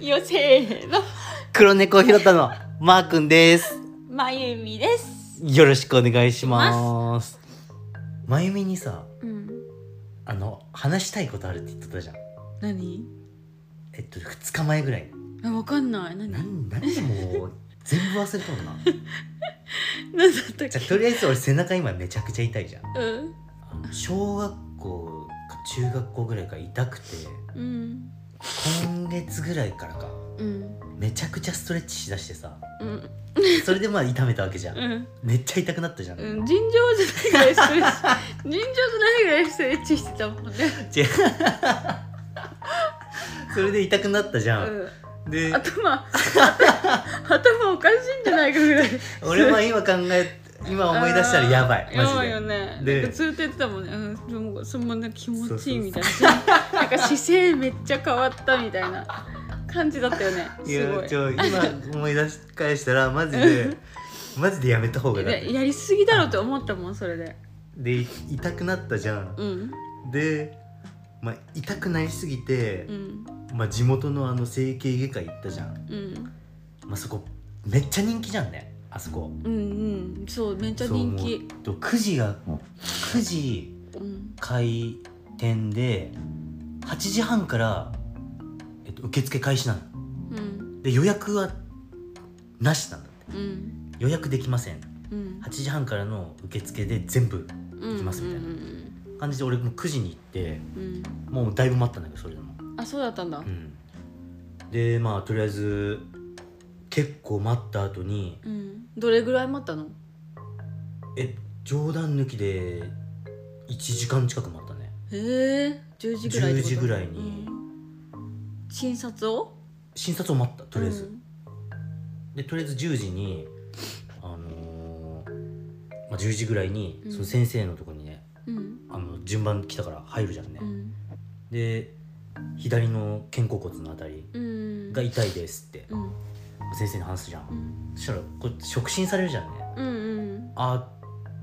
よせーの黒猫を拾ったのマー君ですまゆみですよろしくお願いしますまゆみにさうんあの話したいことあるって言ってたじゃん何えっと2日前ぐらいあわかんない何な何んなんでもう全部忘れとるなだったっじゃあけとりあえず俺背中今めちゃくちゃ痛いじゃんうんあの小学校か中学校ぐらいから痛くてうん今月ぐらいからかうんめちゃくちゃストレッチしだしてさうんそれでまあ痛めたわけじゃんうんめっちゃ痛くなったじゃん、うん尋常じゃないぐらいストレッチ 尋常じゃないぐらいストレッチしてたもんね違う それで痛くなったじゃん、うでん頭頭おかしいんじゃないかぐらい俺は今考え今 思い出したらやばいやマばジいよでねでなんかずっと言ってたもんねうんでもそのまま気持ちいいみたいそななんか姿勢めっちゃ変わったみたいな感じだったよねいすごやいちょ今思い出し返したらマジでマジでやめた方がいいややりすぎだろうって思ったもんそれでで痛くなったじゃんうんで、まあ、痛くなりすぎてう、んまあ、地元のあの整形外科行ったじゃん、うんまあ、そこめっちゃ人気じゃんねあそこうんうんそうめっちゃ人気そうもう9時が9時うん開店で8時半から、えっと、受付開始なのうんで予約はなしなんだってうん予約できませんうん8時半からの受付で全部うん行きますみたいなうん感じで俺もう9時に行ってうんもうだいぶ待ったんだけどそれでもうんあそうだったんだうんでまあとりあえず結構待った後にうんどれぐらい待ったのえ冗談抜きで1時間近く待ったねへえ10時ぐらいってこと10時ぐらいにうん診察を診察を待ったとりあえず、うんでとりあえず10時にあのーまあ、10時ぐらいにうんその先生のとこにね、うんあの順番来たから入るじゃんね、うんで左の肩甲骨のあたりうんが痛いですってうん先生に話すじゃうんんそしたらこう触診されるじゃんねうんあ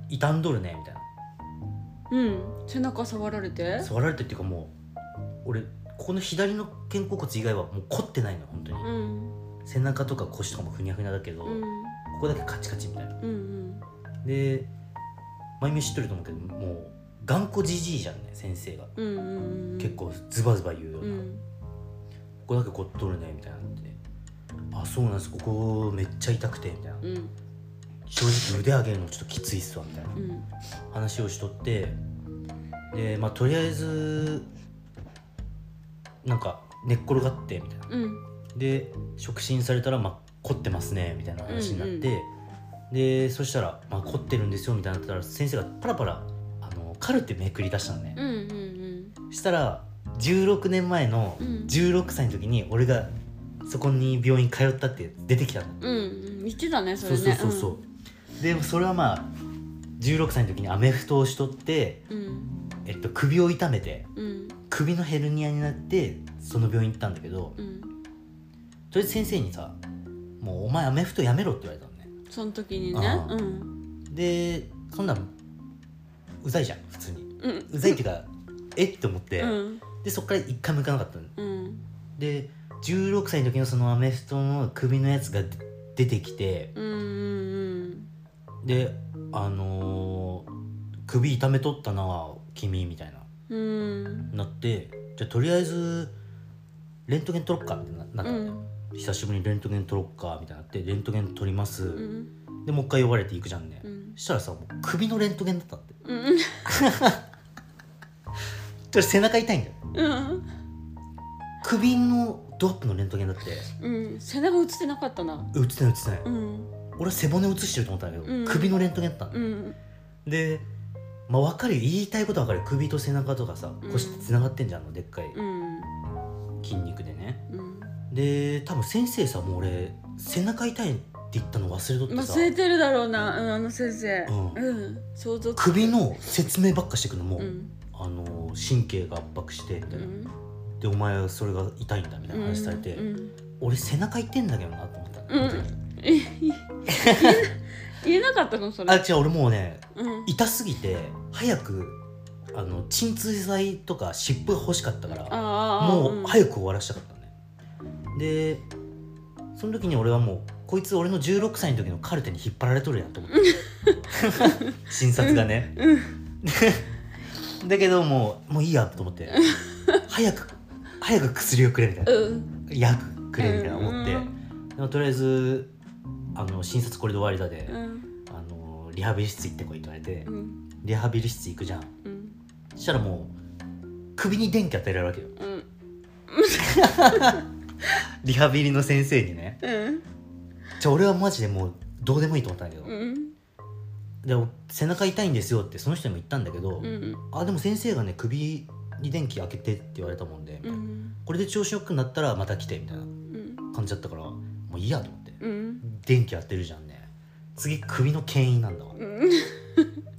傷んどるねみたいうんうん背中触られてな触られてっていうかもう俺ここの左の肩甲骨以外はもう凝ってないのよ本当に、うん背中とか腰とかもふにゃふにゃだけど、うんここだけカチカチみたいなうんうんで前見知ってると思うけどもう頑固じじいじゃんね先生がうんうんうん結構ズバズバ言うよううんな、ここだけ凝っとるねみたいなってあそうなんですここめっちゃ痛くてみたいなうん正直腕上げるのちょっときついっすわみたいなうん話をしとってでまあとりあえずなんか寝っ転がってみたいなうんで触診されたら、まあ、凝ってますねみたいな話になって、でそしたら、まあ、凝ってるんですよみたいになってたら先生がパラパラあのカルテめくり出したのねう、んうんしたら16年前のうん16歳の時に俺がそこに病院通ったって出てきたの、うんうん言ってたねそそうれそうねそうそう、でそれはまあ16歳の時にアメフトをしとって、うんえっと、首を痛めてうん首のヘルニアになってその病院行ったんだけどうんうんとりあえず先生にさ「もうお前アメフトやめろ」って言われたのねその時にねああうんでそんなんうざいじゃん普通にうんうざいっていうか、えって思って、うんでそっから一回も行かなかったのうんで16歳の時のそのアメフトの首のやつがで出てきてうんうんであのー首痛めとったな君みたいなうんうんなってじゃあとりあえずレントゲン取ろっかってななったうのね、ん久しぶりにレントゲン取ろっかみたいになってレントゲン取ります、うんでもう一回呼ばれて行くじゃんね、うんしたらさもう首のレントゲンだったってうんちょっと背中痛いんだようん首のドアップのレントゲンだってうん背中映ってなかったな映ってない映ってない、うん俺は背骨映してると思ったんだけど、うん首のレントゲンだったの、うんで、まあ、分かるよ言いたいことは分かるよ首と背中とかさうん腰ってつながってんじゃんあのでっかいうん筋肉でねうんで多分先生さもう俺背中痛いって言ったの忘れとってさ忘れてるだろうな、うん、あの先生うんん想像つく首の説明ばっかしてくのもう、うんあの神経が圧迫してみうたいな、んでお前はそれが痛いんだみたいな話されて、うん俺背中痛いんだけどなと思ったの、うん本当にえ言え言えなかったのそれあ違う俺もうねうん痛すぎて早くあの鎮痛剤とか湿布が欲しかったからああもいう早く終わらしたかったねでその時に俺はもうこいつ俺の16歳の時のカルテに引っ張られとるやんと思って 診察がねうんだけどもうもういいやと思って 早く早く薬をくれみたいなうん薬くれみたいな思ってうでもとりあえずあの診察これで終わりだで、うんあのリハビリ室行ってこいって言われて、うんリハビリ室行くじゃんうんそしたらもう首に電気当てられるわけようんリハビリの先生にねうんじゃあ俺はマジでもうどうでもいいと思ったんだけど、うんでも背中痛いんですよってその人にも言ったんだけど、うんあでも先生がね首に電気開けてって言われたもんで、みたいなこれで調子よくなったらまた来てみたいな感じだったからもういいやと思ってうん電気当てるじゃんね次首の牽引なんだわうん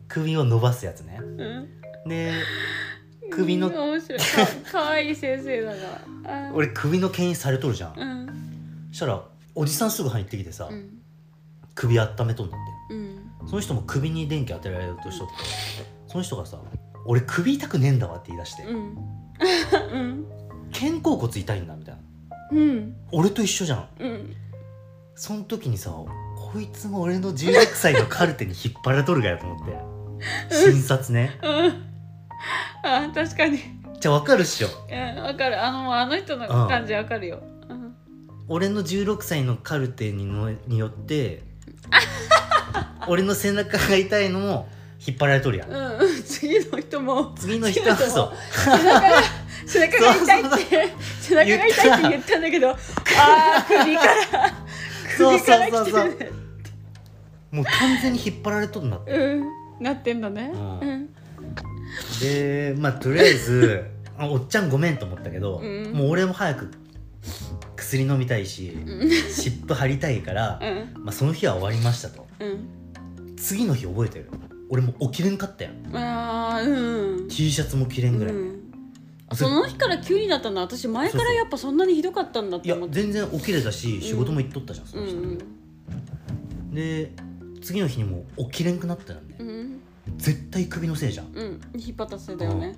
首を伸ばすやつねうんで首の面白いかかわいい先生だからあー俺首の牽引されとるじゃんうんそしたらおじさんすぐ入ってきてさ、うん首温めとんだってうんその人も首に電気当てられるとしとって、その人がさ「俺首痛くねえんだわ」って言い出してうんうん「肩甲骨痛いんだ」みたいなうん「俺と一緒じゃんうん」その時にさこいつも俺の16歳のカルテに引っ張られとるがや と思って診察ねうんあー確かにじゃあ分かるっしょうんわかるあのあの人の感じわかるようん俺の16歳のカルテにのによって 俺の背中が痛いのも引っ張られとるやんうん次の人 も次の人違うはと思うそう背中が背中が痛いって背中が痛いって言ったんだけどああー首からそう首からそう来そうそうてるもう完全に引っ張られとるなってうんなってんだねうんうんでまあとりあえずあおっちゃんごめんと思ったけど、うんもう俺も早く薬飲みたいしうん湿布貼りたいからう、んまあ、その日は終わりましたとうん次の日覚えてる俺もう起きれんかったよああうん T シャツも着れんぐらい、うんあそそれの日から急になったの私前からやっぱそんなにひどかったんだっいてや思って全然起きれたしん仕事も行っとったじゃん、そうんのう人、んで次の日にもう起きれんくなったよね、うん絶対首のせいじゃんうん引っ張ったせいだよね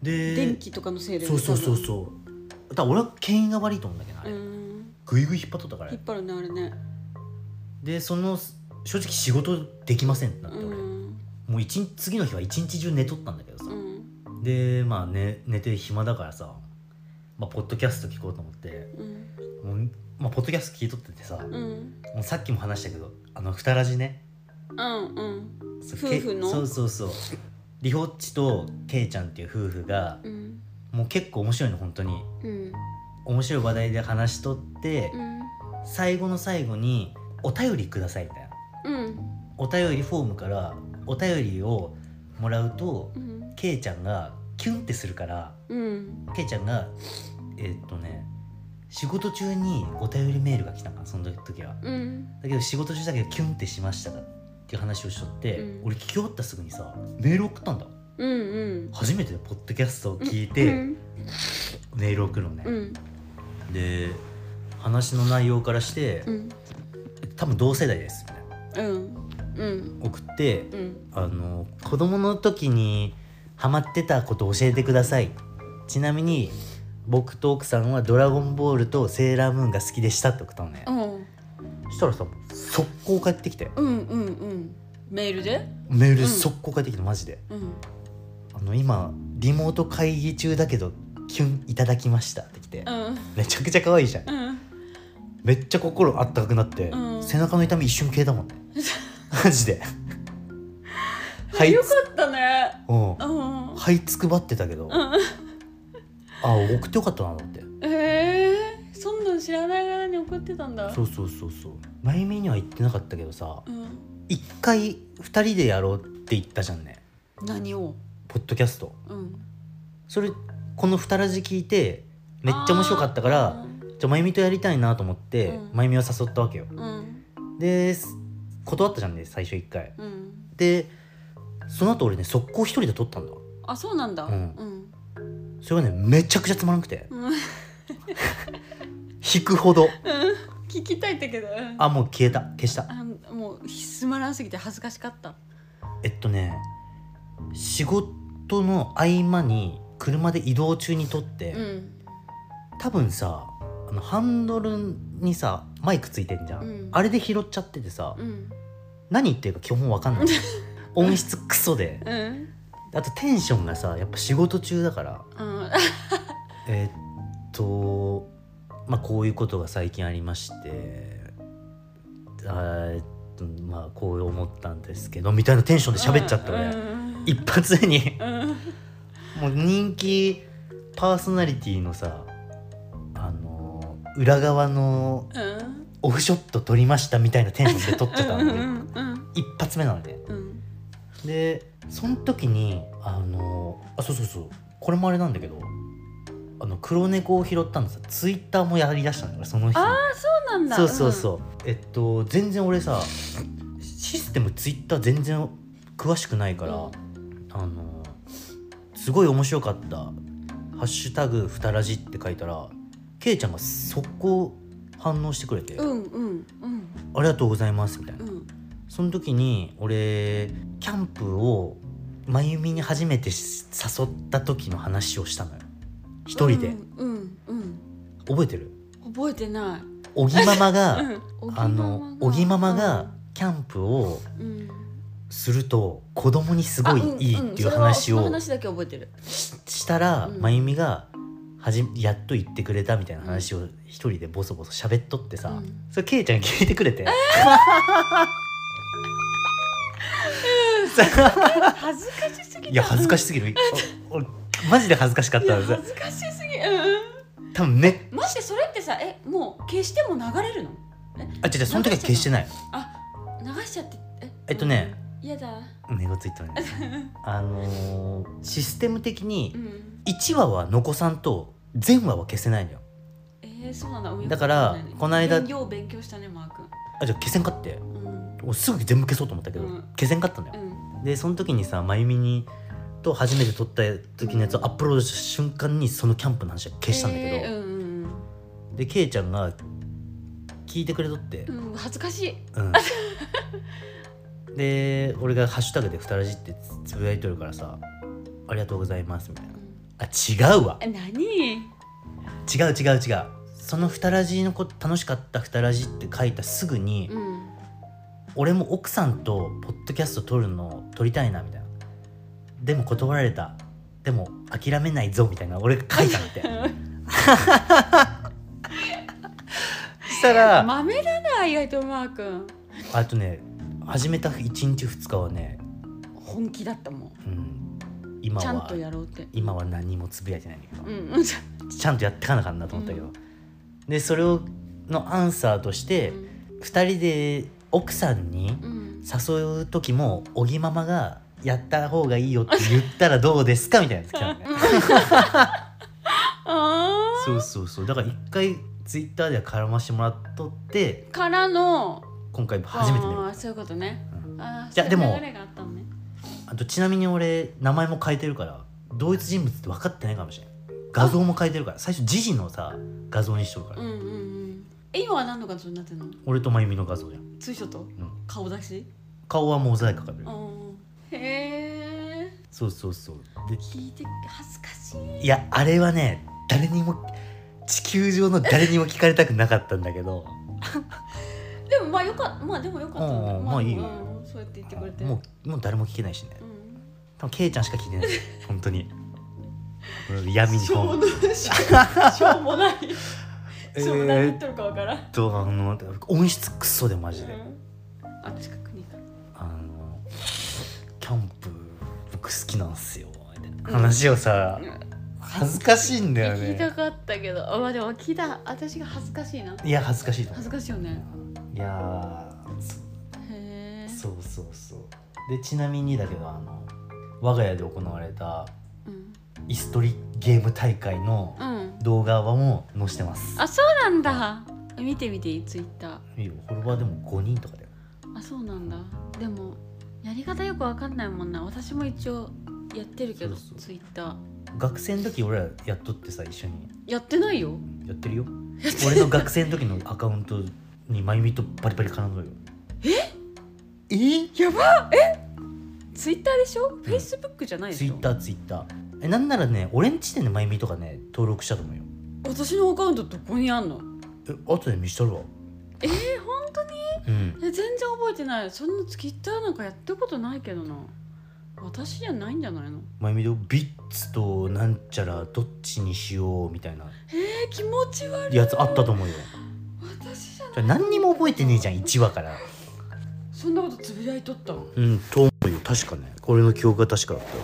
で電気とかのせいだよそうねそうそうそうだから俺は牽引が悪いと思うんだけどあうれ、んぐいぐい引っ張っとったから引っ張るねあれねでその正直仕事できませんってなってう俺、んもう一日次の日は一日中寝とったんだけどさ、うんでまあ、ね、寝て暇だからさ、まあ、ポッドキャスト聞こうと思ってうんもう、まあ、ポッドキャスト聞いとっててさ、もうんうさっきも話したけどあの二ラジねうんうんそう夫婦のけそうそうそうリホッチとケイちゃんっていう夫婦がうんもう結構面白いの本当にうん面白い話題で話しとって、うん最後の最後に「お便りください」みたいなうんお便りフォームからお便りをもらうとうんケイちゃんがキュンってするからうんケイちゃんがえーっとね仕事中にお便りメールが来たんかなその時はうんだけど仕事中だけどキュンってしましたっていう話をしとって、うん俺聞き終わったすぐにさメール送ったんだうん初めてポッドキャストを聞いうんうてんメール送るのね、うんで話の内容からして、うん多分同世代ですみたいなうんうん送ってうんあの子供の時にハマってたこと教えてくださいちなみに僕と奥さんは「ドラゴンボール」と「セーラームーン」が好きでしたって送ったのねそしたらさ速攻帰ってきてうんうんうんメールでメーうルん速攻帰ってきてマジでうん「あの今リモート会議中だけどキュンいただきました」って来てうんめちゃくちゃ可愛いじゃんうんめっちゃ心あったかくなってうん背中の痛み一瞬消えたも んねマジではいよつかったねうんうんはいつくばってたけどあ送ってよかったなと思ってええそんなん知らない間に送ってたんだそうそうそうそうまゆみには言ってなかったけどさうん一回二人でやろうって言ったじゃんね何をポッドキャストうんそれこの二ラジ聞いてめっちゃ面白かったからじゃあまゆみとやりたいなと思ってうんまゆみを誘ったわけようんです断ったじゃんね最初一回うんでその後俺ね速攻一人で撮ったんだあそうなんだうんうんそれがねめちゃくちゃつまらなくてうん引くほど聞きたいんだけどうんあもう消えた消したあもうつまらんすぎて恥ずかしかったえっとね仕事の合間に車で移動中に撮って、うん多分さあのハンドルにさマイクついてんじゃん、うんあれで拾っちゃっててさ、うん何言ってるか基本わ かんない音質クソでうんあとテンションがさやっぱ仕事中だからうんえーっとまあこういうことが最近ありましてあーえっとまあこう思ったんですけどみたいなテンションで喋っちゃった俺、うん一発目にうんもう人気パーソナリティのさあの裏側のうんオフショット撮りましたみたいなテンションで撮っちゃったうんのうねんうん一発目なのでうんでその時にあのあそうそうそうこれもあれなんだけどあの黒猫を拾ったのさツイッターもやりだしたんだからその日にあーそうなんだそうそうそう、えっと全然俺さシステムツイッター全然詳しくないから、うんあのすごい面白かった「ハッシュタグふたらじ」って書いたらけいちゃんが速攻反応してくれて「うんうんうんありがとうございます」みたいなう。んその時に俺キャンプを真由美に初めて誘った時の話をしたのよ一人で、うんうん覚えてるうん覚えてない小木ママが、うんあの小木ママがキャンプをうんすると子供にすごあいいいんんっていう話それはそのを話だけ覚えてるしたらうん真由美がはじやっと言ってくれたみたいな話を一人でボソボソ喋っとってさ、うんそれケイちゃん聞いてくれて、恥ずかしすぎたいや恥ずかししすぎ るおおマジで恥ずかしかったんです恥ずかしすぎうん多分めっマジでそれってさえもう消しても流れるのあ違う違うその時は消してないあ流しちゃってええっとね嫌だ 寝がついたねあのーシステム的にうん1話は残さんと全話は消せないのよえー、そうなんだお見事だからそうだねこの間よう勉強したねマー君あじゃあ消せんかってうん俺すぐ全部消そうと思ったけど、うん消せんかったのよ、でその時にさまゆみにと初めて撮った時のやつをアップロードした瞬間にそのキャンプの話は消したんだけど、えーうんうんでけいちゃんが聞いてくれとってう、んうん恥ずかしいうん で俺が「ハッシュタグでふたらじ」ってつつぶやいとるからさ「ありがとうございます」みたいな「あ違うわ」え何違う違う違うその「ふたらじ」のこと楽しかった「ふたらじ」って書いたすぐに、うん俺も奥さんとポッドキャスト撮るの撮りたいなみたいなでも断られたでも諦めないぞみたいな俺が書いたのって したら 豆だな意外とマー君あとね始めた1日2日はね、本気だったもんうん、今ちゃんはとやろうって今は何もつぶやいてないんだけど、うんうん ちゃんとやってかなあかんなと思ったけど、でそれをのアンサーとして、2人で奥さんにうん誘う時も小木ママが「やった方がいいよ」って言ったらどうですかみたいなやつ来たのねあそうそうそうだから一回ツイッターでは絡ましてもらっとってーからの今回初めて見あるーそういうことねうんあーいやでもそういう流れがあったのねあとちなみに俺名前も変えてるから同一人物って分かってないかもしれない画像も変えてるから最初ジジのさ画像にしとるから、うんうんうんえ今は何の画像になってんの俺と真由美の画像じゃんツーショットん顔出し顔はモザイクかかってる、うんへえそうそうそうで聞いて恥ずかしいいやあれはね誰にも地球上の誰にも聞かれたくなかったんだけどでもまあよかまあでもよかったんだうんうんでもまあいいようんそうやって言ってくれてもうもう誰も聞けないしねうん多分ケイちゃんしか聞いてないです本 当にうん闇にしょうも本ないしょしょうもないえーしょうもない言っとるかわからん、当あの音質クソでマジで、うんあ近くにいたあのキャンプ僕好きなんすよみたいな話をさ、恥ずかしいんだよ聞きたねかったけどあまあでも聞いた私が恥ずかしいないや恥ずかしいと思恥ずかしいよねういやーそへえそうそうそうでちなみにだけどあの我が家で行われたうん、椅子取りゲーム大会のうん、動画はもう載せてますあそうなんだ見てみてツイッターいいよフォロワーでも5人とかだよあそうなんだでもやり方よくわかんないもんな私も一応やってるけどそうそうツイッター学生の時俺らやっとってさ一緒にやってないよやってるよ俺の学生の時のアカウントにまゆみとバリバリ絡んどるよえやばえツイッターでしょフェイスブックじゃないでツしイょッターツイッターえなんならね俺んちでねまゆみとかね登録したと思うよ私のアカウントどこにあんのえ後で見したるわえー、本当にうんえ全然覚えてないそんなツイッターなんかやったことないけどな私じゃないんじゃないのまゆみどビッツとなんちゃらどっちにしようみたいなえー、気持ち悪いやつあったと思うよ私じゃないそれ何にも覚えてねえじゃん1話からそんなことつぶやいとったの うんと思うよ確かねこれの記憶が確かだったよ、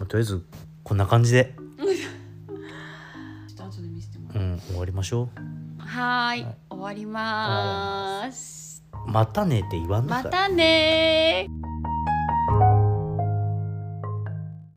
まあ、とりあえずこんな感じでちょっと後で見せてもうらん終わりましょうはーい終わりまーすうまたねって言わんだからまたねー